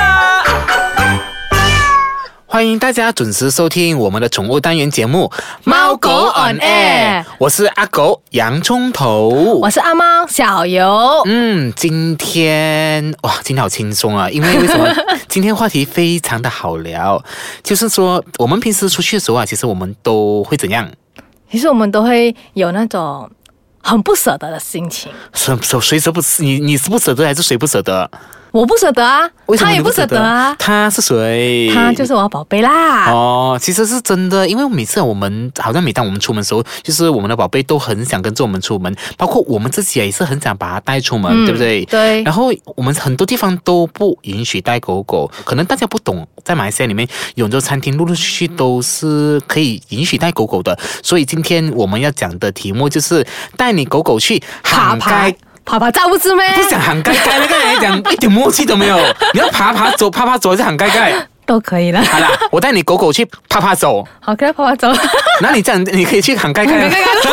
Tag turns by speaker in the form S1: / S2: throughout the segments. S1: 啊！
S2: 欢迎大家准时收听我们的宠物单元节目《
S3: 猫狗 on air
S2: 我是阿狗洋葱头，
S3: 我是阿猫小游，
S2: 嗯，今天哇，今天好轻松啊！因为为什 么？今天话题非常的好聊，就是说我们平时出去的时候啊，其实我们都会怎样？
S3: 其实我们都会有那种很不舍得的心情。
S2: 舍舍谁舍不舍？你你是不舍得还是谁不舍得？
S3: 我不舍得啊
S2: 为，什么
S3: 他
S2: 你
S3: 也不舍得啊，
S2: 他是谁？
S3: 他就是我的宝贝啦。
S2: 哦，其实是真的，因为每次我们好像每当我们出门的时候，就是我们的宝贝都很想跟着我们出门，包括我们自己也是很想把它带出门，
S3: 嗯
S2: 对不对？
S3: 对
S2: 然后我们很多地方都不允许带狗狗，可能大家不懂，在马来西亚里面，永州餐厅陆陆续续都是可以允许带狗狗的。所以今天我们要讲的题目就是带你狗狗去
S3: 爬
S2: 涵
S3: 爬
S2: 盖
S3: 爬爬照不知咩？
S2: 不想喊盖盖，那个人讲一点默契都没有。你要爬爬走，爬爬走还是喊盖盖？
S3: 都 可以啦。
S2: 好啦，我带你狗狗去爬爬走。
S3: 好，跟他爬爬走。
S2: 那你这样，你可以去喊盖盖。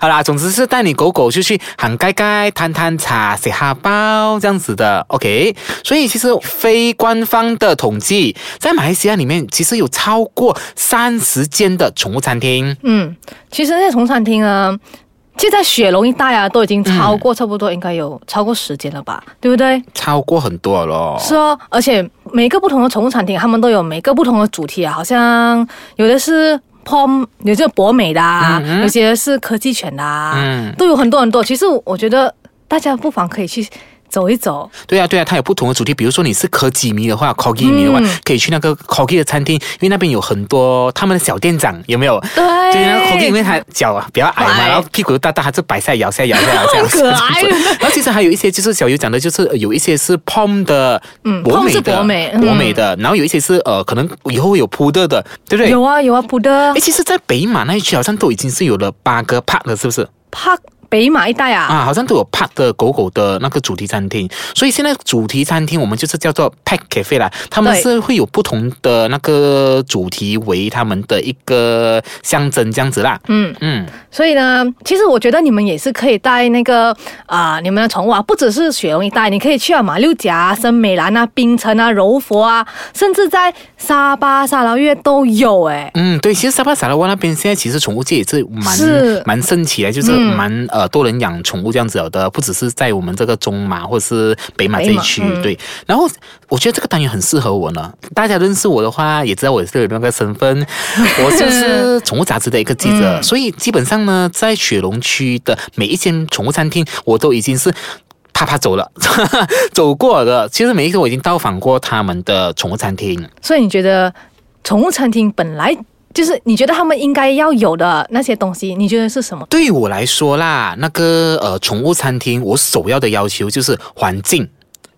S2: 好啦，总之是带你狗狗就去喊盖盖、摊摊茶、写哈包这样子的。OK，所以其实非官方的统计，在马来西亚里面其实有超过三十间的宠物餐厅。
S3: 嗯，其实那些宠物餐厅呢，其实在雪隆一带啊，都已经超
S2: 嗯
S3: 过差不多应该有超过十间了吧，对不对？
S2: 超过很多咯，
S3: 是哦，而且每个不同的宠物餐厅，他们都有每个不同的主题啊，好像有的是 pom，有些博美的、啊，有些是科技犬的、啊，
S2: 嗯
S3: 都有很多很多。其实我觉得大家不妨可以去走一走，
S2: 对啊，对啊，它有不同的主题。比如说你是科技迷的话，Corgi 迷的话，
S3: 嗯
S2: 可以去那个 Corgi 的餐厅，因为那边有很多他们的小店长，有没有？
S3: 对
S2: 就是那个 Corgi，因为它脚啊比较矮嘛，
S3: 矮
S2: 然后屁股又大大，它就摆下摇下摇下摇下，摇下
S3: 可爱
S2: 这样子 然后其实还有一些就是小优讲的，就是呃有一些是 Pom 的，
S3: 嗯
S2: 博
S3: Pom
S2: 美
S3: 是
S2: 的，
S3: 博美嗯
S2: 博美的，然后有一些是呃，可能以后会有 p u d 的，对不对？
S3: 有啊有啊，普的
S2: 哎，其实，在北马那一区好像都已经是有了八个 park 了，是不是？
S3: 帕北马一带啊，
S2: 啊，好像都有 Park 的狗狗的那个主题餐厅，所以现在主题餐厅我们就是叫做 Pet Cafe 啦，他们
S3: 对
S2: 是会有不同的那个主题为他们的一个象征这样子啦。
S3: 嗯，
S2: 嗯，
S3: 所以呢，其实我觉得你们也是可以带那个啊、你们的宠物啊，不只是雪容一带，你可以去啊马六甲啊、森美兰啊、槟城啊、柔佛啊，甚至在沙巴、沙捞越都有哎、
S2: 嗯，对，其实沙巴沙拉哇那边现在其实宠物界也是蛮
S3: 是
S2: 蛮盛起来，就是
S3: 嗯
S2: 蛮、呃多人养宠物这样子的，不只是在我们这个中马或者是北马这一区。
S3: 北马嗯
S2: 对，然后我觉得这个单元很适合我呢。大家认识我的话，也知道我是有那个身 份，我就是宠物杂志的一个记者，
S3: 嗯
S2: 所以基本上呢，在雪隆区的每一间宠物餐厅，我都已经是。啪啪走了， 走过了。其实每一个我已经到访过他们的宠物餐厅，
S3: 所以你觉得宠物餐厅本来就是你觉得他们应该要有的那些东西，你觉得是什么？
S2: 对于我来说啦，那个呃宠物餐厅，我首要的要求就是环境。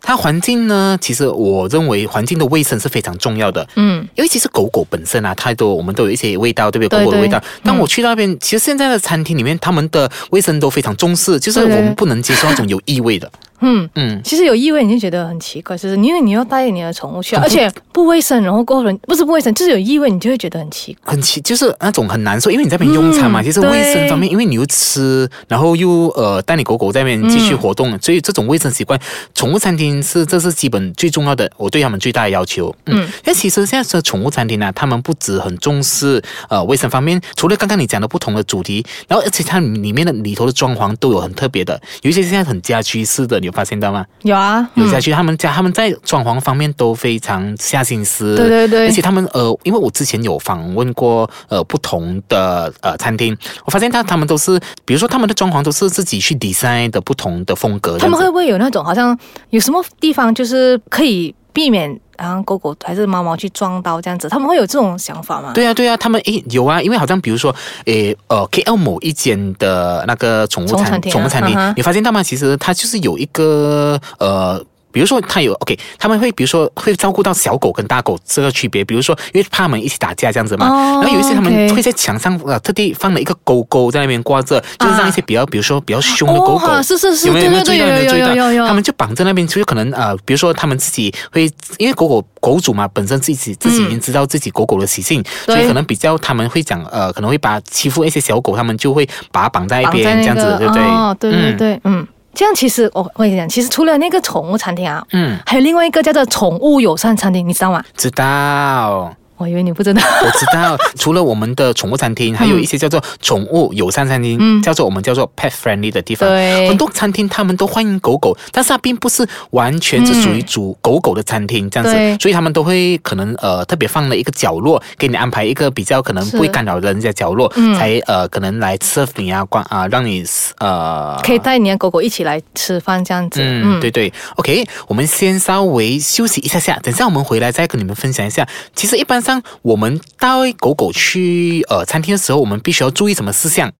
S2: 它环境呢，其实我认为环境的卫生是非常重要的。
S3: 嗯，
S2: 因为其实狗狗本身啊，太多我们都有一些味道，对不对？
S3: 对嗯
S2: 狗狗的味道
S3: 对。
S2: 当我去那边，其实现在的餐厅里面，他们的卫生都非常重视，就是我
S3: 对对
S2: 们
S3: 对
S2: 不能接受那种有异味的。
S3: 嗯
S2: 嗯，
S3: 其实有异味你就觉得很奇怪，就是因为你要带你的宠物
S2: 嗯
S3: 去啊，而且不卫生，然后过后人不是不卫生，就是有异味，你就会觉得很奇怪。
S2: 很奇，就是那种很难受，因为你在那边用餐嘛，
S3: 嗯
S2: 其实
S3: 对
S2: 卫生方面，因为你又吃，然后又呃带你狗狗在那边继续活
S3: 嗯
S2: 动，所以这种卫生习惯，宠物餐厅是这是基本最重要的，我对他们最大的要求。嗯，因为其实现在的宠物餐厅呢、他们不止很重视呃卫生方面，除了刚刚你讲的不同的主题，然后而且它里面的里头的装潢都有很特别的，有一些现在很家居式的，你有发现到吗？
S3: 有啊，
S2: 有
S3: 嗯
S2: 下去，他们家他们在装潢方面都非常下心思，
S3: 对对对
S2: 而且他们呃，因为我之前有访问过呃不同的呃餐厅，我发现他他们都是，比如说他们的装潢都是自己去 design 的不同的风格，
S3: 他们
S2: 这
S3: 会
S2: 样子
S3: 不会有那种好像有什么地方就是可以避免啊狗狗还是猫猫去撞到这样子？他们会有这种想法吗？
S2: 对啊，对啊，他们诶有啊，因为好像比如说诶呃 KL 某一间的那个宠物
S3: 宠物
S2: 餐
S3: 餐厅啊
S2: 宠物餐厅，
S3: 嗯哼
S2: 你发现到吗？其实它就是有一个呃。比如说它有 OK，他们会比如说会照顾到小狗跟大狗这个区别，比如说因为怕他们一起打架这样子嘛，
S3: 哦
S2: 然后有一些他们
S3: OK
S2: 会在墙上呃特地放了一个勾勾在那边挂着，就是让一些比较、比如说比较凶的狗狗，
S3: 啊哦是是是
S2: 有没有有没有注
S3: 对对
S2: 意到有没有注
S3: 对
S2: 意
S3: 有有有有有
S2: 到？他们就绑在那边，就是可能呃，比如说他们自己会因为狗狗狗主嘛本身自己自己已经知道自己狗狗的习性，
S3: 对
S2: 所以可能比较他们会讲呃可能会把欺负一些小狗，他们就会把它绑在一
S3: 绑
S2: 边、
S3: 在
S2: 这
S3: 那
S2: 样
S3: 个
S2: 子，对不对？
S3: 哦，对对
S2: 嗯
S3: 对，嗯。这样其实我我跟你讲，其实除了那个宠物餐厅啊，
S2: 嗯
S3: 还有另外一个叫做宠物友善餐厅，你知道吗？
S2: 知道，
S3: 我以为你不 知道。
S2: 我知道。除了我们的宠物餐厅，还有一些叫做宠物友善餐厅，叫做我们叫做 pet friendly 的地方。
S3: 嗯对
S2: 很多餐厅他们都欢迎狗狗，但是它并不是完全是属于主狗狗的餐厅这样
S3: 对
S2: 子，所以他们都会可能呃特别放了一个角落，给你安排一个比较可能
S3: 是
S2: 不会干扰人家角落，
S3: 嗯
S2: 才呃可能来 serve 你啊，关啊、让你呃
S3: 可以带你的狗狗一起来吃饭这样子。
S2: 嗯，对对，OK，我们先稍微休息一下下，等一下我们回来再跟你们分享一下。其实一般上我们带狗狗去呃餐厅的时候，我们必须要注意什么事项。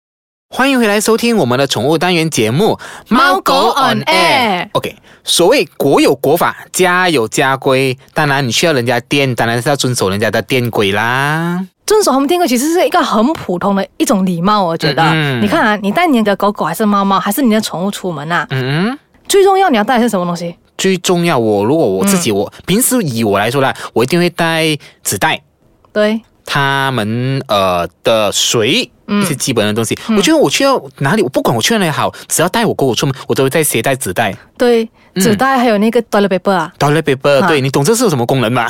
S2: 欢迎回来收听我们的宠物单元节目《
S3: 猫狗 on air
S2: OK，所谓国有国法，家有家规，当然你去到人家店，当然是要遵守人家的店规啦。
S3: 遵守他们店规其实是一个很普通的一种礼貌，我觉得。
S2: 嗯嗯
S3: 你看啊，你带你的狗狗还是猫猫，还是你的宠物出门啊，
S2: 嗯。
S3: 最重要你要带的是什么东西？
S2: 最重要，我如果我自己，
S3: 嗯
S2: 我平时以我来说啦，我一定会带纸袋，
S3: 对，
S2: 他们呃的水。一些基本的东西，我觉得我去到哪里，我不管我去到哪里好，只要带我狗狗出门，我都会带携带纸袋
S3: 对，
S2: 嗯
S3: 纸袋还有那个 toilet paper 啊，
S2: toilet paper
S3: 啊。
S2: 对你懂这是有什么功能吗？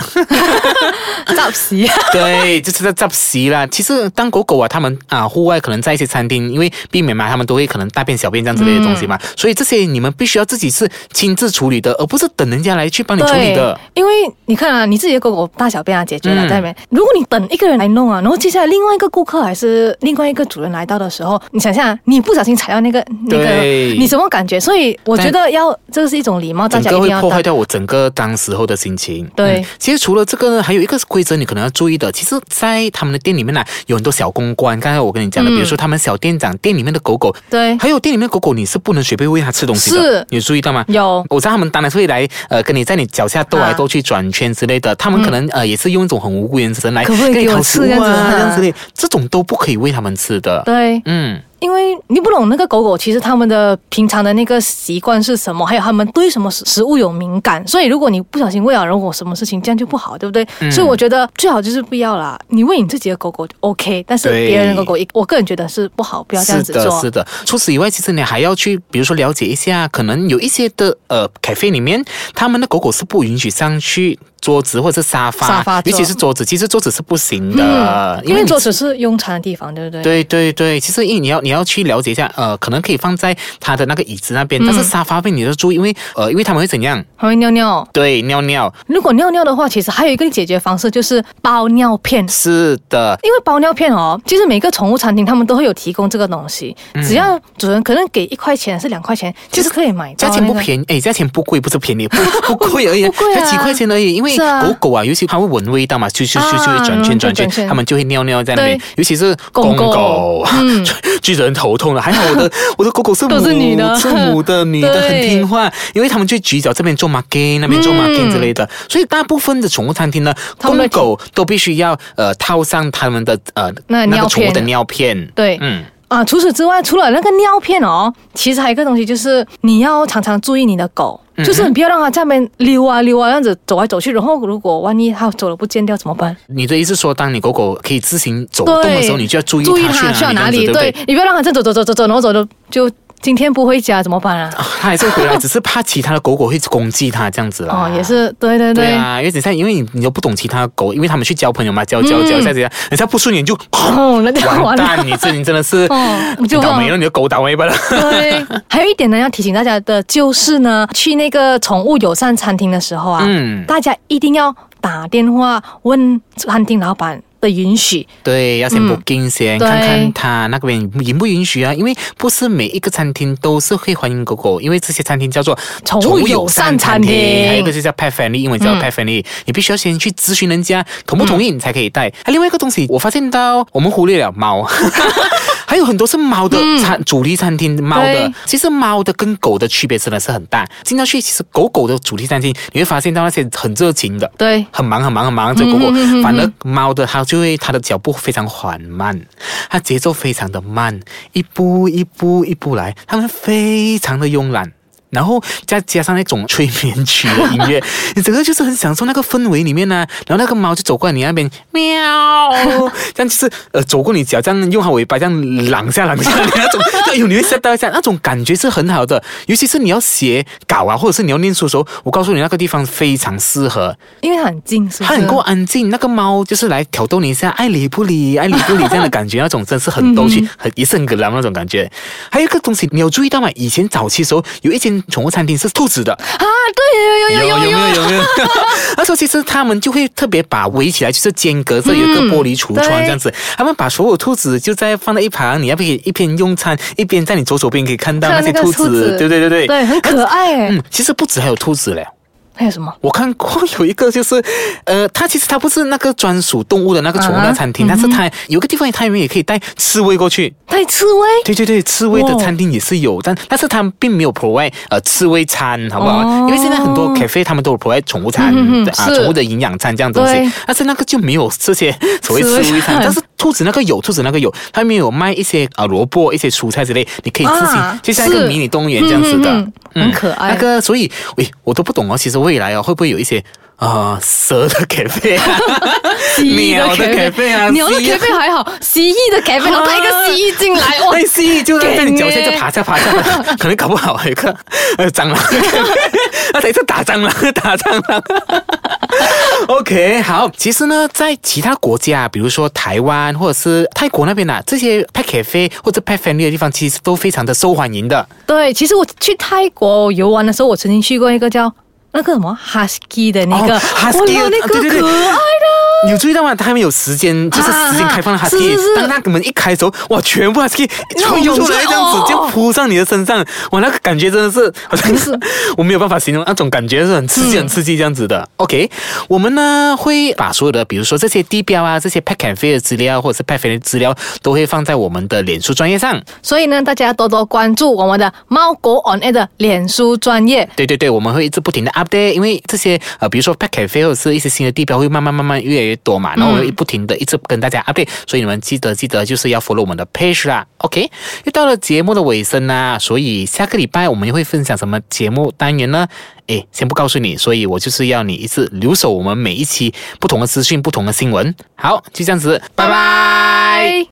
S3: 造洗。
S2: 对，就是在杂席啦。其实当狗狗啊，它们啊户外可能在一些餐厅，因为避免嘛，它们都会可能大便小便这样之类的东西嘛，所以这些你们必须要自己是亲自处理的，而不是等人家来去帮你处理的。
S3: 因为你看啊，你自己的狗狗大小便啊解决了，
S2: 嗯
S3: 在里面。如果你等一个人来弄啊，然后接下来另外一个顾客还是另外一个主人来到的时候，你想象你不小心踩到那个那个，
S2: 对
S3: 你什么感觉？所以我觉得要这是一种礼貌，大
S2: 整
S3: 家
S2: 个
S3: 一定
S2: 会
S3: 要
S2: 破
S3: 带
S2: 坏掉我整个当时候的心情。嗯
S3: 对
S2: 其实除了这个呢，还有一个规则你可能要注意的。其实，在他们的店里面呢，有很多小公关。刚才我跟你讲的，
S3: 嗯
S2: 比如说他们小店长店里面的狗狗，
S3: 对
S2: 还有店里面的狗狗，你是不能随便喂它吃东西的。
S3: 是
S2: 你有注意到吗？
S3: 有
S2: 我知道他们当然是会来，呃，跟你在你脚下斗
S3: 啊
S2: 来斗去、转圈之类的。他们可能、呃也是用一种很无辜的眼神来
S3: 嗯可不可以
S2: 跟你
S3: 给我
S2: 讨
S3: 吃
S2: 食物
S3: 这样子
S2: 啊
S3: 啊
S2: 这样之类，这种都不可以喂他们吃的。
S3: 对，
S2: 嗯。
S3: 因为你不懂那个狗狗，其实它们的平常的那个习惯是什么，还有它们对什么食食物有敏感，所以如果你不小心喂了如果什么事情，这样就不好，对不对？
S2: 嗯
S3: 所以我觉得最好就是不要啦。你喂你自己的狗狗就 OK，但是
S2: 对
S3: 别人的狗狗，我个人觉得是不好，不要这样子
S2: 是
S3: 做。
S2: 的，是的。除此以外，其实你还要去，比如说了解一下，可能有一些的呃 cafe 里面，他们的狗狗是不允许上去桌子或者是沙发，
S3: 沙发
S2: 尤
S3: 坐嗯
S2: 其是桌子，其实桌子是不行的，
S3: 因为
S2: 你
S3: 桌子是用餐的地方，对不对？
S2: 对对对，其实因为你要你要去了解一下，呃，可能可以放在他的那个椅子那边，但
S3: 嗯
S2: 是沙发被你要注意，因为呃，因为他们会怎样？
S3: 还会尿尿。
S2: 对，尿尿
S3: 如果尿尿的话，其实还有一个解决方式就是包尿片。
S2: 是的，
S3: 因为包尿片哦，其实每个宠物餐厅他们都会有提供这个东西，
S2: 嗯
S3: 只要主人可能给一块钱还是两块钱，就是可以买到、
S2: 价
S3: 哦那个。
S2: 钱不便宜，哎，价钱不贵，不是便 宜，不不贵而已，
S3: 不贵啊
S2: 才几块钱而已。因为
S3: 是啊
S2: 狗狗啊，尤其它会闻味道嘛，就就就就
S3: 啊
S2: 会转
S3: 然后就
S2: 圈转圈
S3: 转圈，
S2: 它们就会尿尿在那边
S3: 对。
S2: 尤其是
S3: 公
S2: 公
S3: 狗
S2: 狗， 巨人头痛了。还好我的 我的狗狗是母
S3: 都是女的
S2: 是母的，女的
S3: 对
S2: 很听话，因为它们就举脚这边做 marking，那边做 marking 之类的。所以大部分的宠物餐厅呢，
S3: 它
S2: 公
S3: 们的
S2: 狗都必须要呃套上它们的呃
S3: 那
S2: 那
S3: 尿
S2: 个宠物
S3: 片
S2: 的尿片。
S3: 对
S2: 嗯。
S3: 啊，除此之外，除了那个尿片哦，其实还有一个东西就是你要常常注意你的狗，
S2: 嗯
S3: 就是你不要让它在那边溜啊溜啊，这样子走来走去。然后如果万一它走了不见掉怎么办？
S2: 你的意思说，当你狗狗可以自行走动的时候，你就要注意它
S3: 去
S2: 去
S3: 了
S2: 哪
S3: 哪
S2: 里，
S3: 里？
S2: 这样子对不对？
S3: 你不要让它这样走走走走走，然后走的就今天不回家怎么办啊？
S2: 啊它还是回来，只是怕其他的狗狗会攻击它这样子啦。
S3: 哦，也。是，对对
S2: 啊对
S3: 对。
S2: 啊，因为等一下，因为你你都不懂其他狗，因为他们去交朋友嘛，交交交，一下子一下，等一下不顺 眼就，
S3: 哦那就完
S2: 嗯完
S3: 了
S2: 蛋，你这你真的是
S3: 哦
S2: 你
S3: 就忘了
S2: 倒霉了，你的狗倒霉吧了。
S3: 对，还有一点呢，要提醒大家的就是呢，去那个宠物友善餐厅的时候啊，
S2: 嗯
S3: 大家一定要打电话问餐厅老板的允许。
S2: 对，要先
S3: 嗯
S2: booking 先，
S3: 对
S2: 看看他那边允不允许啊？因为不是每一个餐厅都是会欢迎狗狗，因为这些餐厅叫做
S3: 宠物友善餐厅
S2: 还有一个就叫 pet friendly，英文叫
S3: 嗯
S2: pet friendly，、你必须要先去咨询人啊家同不同意，你才可以带。还、另外一个东西，我发现到我们忽略了猫。还有很多是猫的餐、主题餐厅，猫的
S3: 对。
S2: 其实猫的跟狗的区别真的是很大。进到去，其实狗狗的主题餐厅，你会发现到那些很热情的，
S3: 对
S2: 很忙很忙很忙，这狗狗
S3: 嗯哼哼哼，
S2: 反而猫的它就会它的脚步非常缓慢，它节奏非常的慢，一步一步一步来，它们非常的慵懒。然后再加上那种催眠曲的音乐，你整个就是很享受那个氛围里面呢、然后那个猫就走过来你那边，喵，这样就是呃走过你脚，这样用它尾巴这样朗下朗下那种，哎呦你会吓到一下，那种感觉是很好的。尤其是你要写稿啊，或者是你要念书的时候，我告诉你那个地方非常适合。
S3: 因为它很近，是不
S2: 它
S3: 是？
S2: 很够安静，那个猫就是来挑逗你一下，爱理不理，爱理不理这样的感觉，那种真是很
S3: 嗯
S2: 逗趣，很也是很可爱那种感觉。还有一个东西，你有注意到吗？以前早期的时候，有一间宠物餐厅是兔子的，
S3: 啊，对，有有有有
S2: 有
S3: 有
S2: 没有有没有？ 那时候其实他们就会特别把围起来，就是间隔着有一个
S3: 嗯
S2: 玻璃橱
S3: 对
S2: 窗这样子，他们把所有兔子就在放在一旁，你要不可以一边用餐，一边在你左手边可以看到那
S3: 看
S2: 些
S3: 那个
S2: 兔
S3: 兔子
S2: 子，对对对对，
S3: 对，很可爱、
S2: 嗯，其实不止还有兔子嘞。
S3: 还有什么？
S2: 我看过有一个就是，呃，它其实它不是那个专属动物的那个宠物的餐厅，但是它有个地方它里面也可以带刺猬过去。
S3: 带刺猬？
S2: 对对对，刺猬的餐厅也是有，但但是它并没有 provide 呃刺猬餐，好不好？
S3: 哦
S2: 因为现在很多 cafe 他们都有 provide 宠物餐、
S3: 嗯嗯嗯
S2: 啊，
S3: 是
S2: 宠物的营养餐这样东
S3: 对
S2: 西，但是那个就没有这些所谓刺
S3: 刺猬
S2: 猬餐
S3: 餐，
S2: 但是兔子那个有，兔子那个有，它里面有卖一些啊、呃萝卜、一些蔬菜之类，你可以自己、
S3: 啊
S2: 就像一
S3: 是
S2: 个迷你动物园这样子的。
S3: 嗯嗯嗯很可爱
S2: 那个，所以，喂，我都不懂哦。其实未来哦，会不会有一些呃蛇的 cafe 啊？
S3: 蜥蜴
S2: 鸟的 cafe 啊
S3: 鸟的
S2: 蜥蜴啊
S3: cafe 还好，蜥蜴的 cafe，然后带一个蜥蜴进来，哇
S2: 那，蜥蜴就在你脚下
S3: 梗
S2: 就
S3: 耶
S2: 爬下爬下，可能搞不好还有个呃蟑螂， 啊，等一下打蟑螂，打蟑螂。OK，好，其实呢，在其他国家，比如说台湾或者是泰国那边啊，这些 pet cafe 或者 pet friendly 的地方，其实都非常的受欢迎的。
S3: 对，其实我去泰国游玩的时候，我曾经去过一个叫那个什么 husky 的那个，
S2: 哦，husky，
S3: 哇那
S2: 啊对对
S3: 个
S2: 对
S3: 可爱的，
S2: 你有注意到吗？他们有时间，就是时间开放的
S3: 啊
S2: h
S3: 啊
S2: u
S3: 是
S2: s k
S3: 是是
S2: 当那个门一开的时候，哇，全部 husky 冲
S3: 涌
S2: 出
S3: 出来
S2: 来这样
S3: 哦
S2: 子，就扑上你的身上，哇，那个感觉真的是，好像是我没有办法形容，那种感觉是很刺激、很刺激这样子的。OK，我们呢会把所有的，比如说这些地标啊、这些 pet cafe 的资料或者是 pet friendly 的资料，都会放在我们的脸书专业上。
S3: 所以呢，大家多多关注我们的猫狗 on air 的脸书专业。
S2: 对对对，我们会一直不停的 update，因为这些呃，比如说 Pet Cafe 或者是一些新的地标会慢慢慢慢越来越多嘛，然后我们会不停的一直跟大家 update，、所以你们记得记得就是要 follow 我们的 page 啦，OK？又到了节目的尾声啦，所以下个礼拜我们会分享什么节目单元呢？诶，先不告诉你，所以我就是要你一直留守我们每一期不同的资讯、不同的新闻。好，就这样子，拜拜
S3: 拜。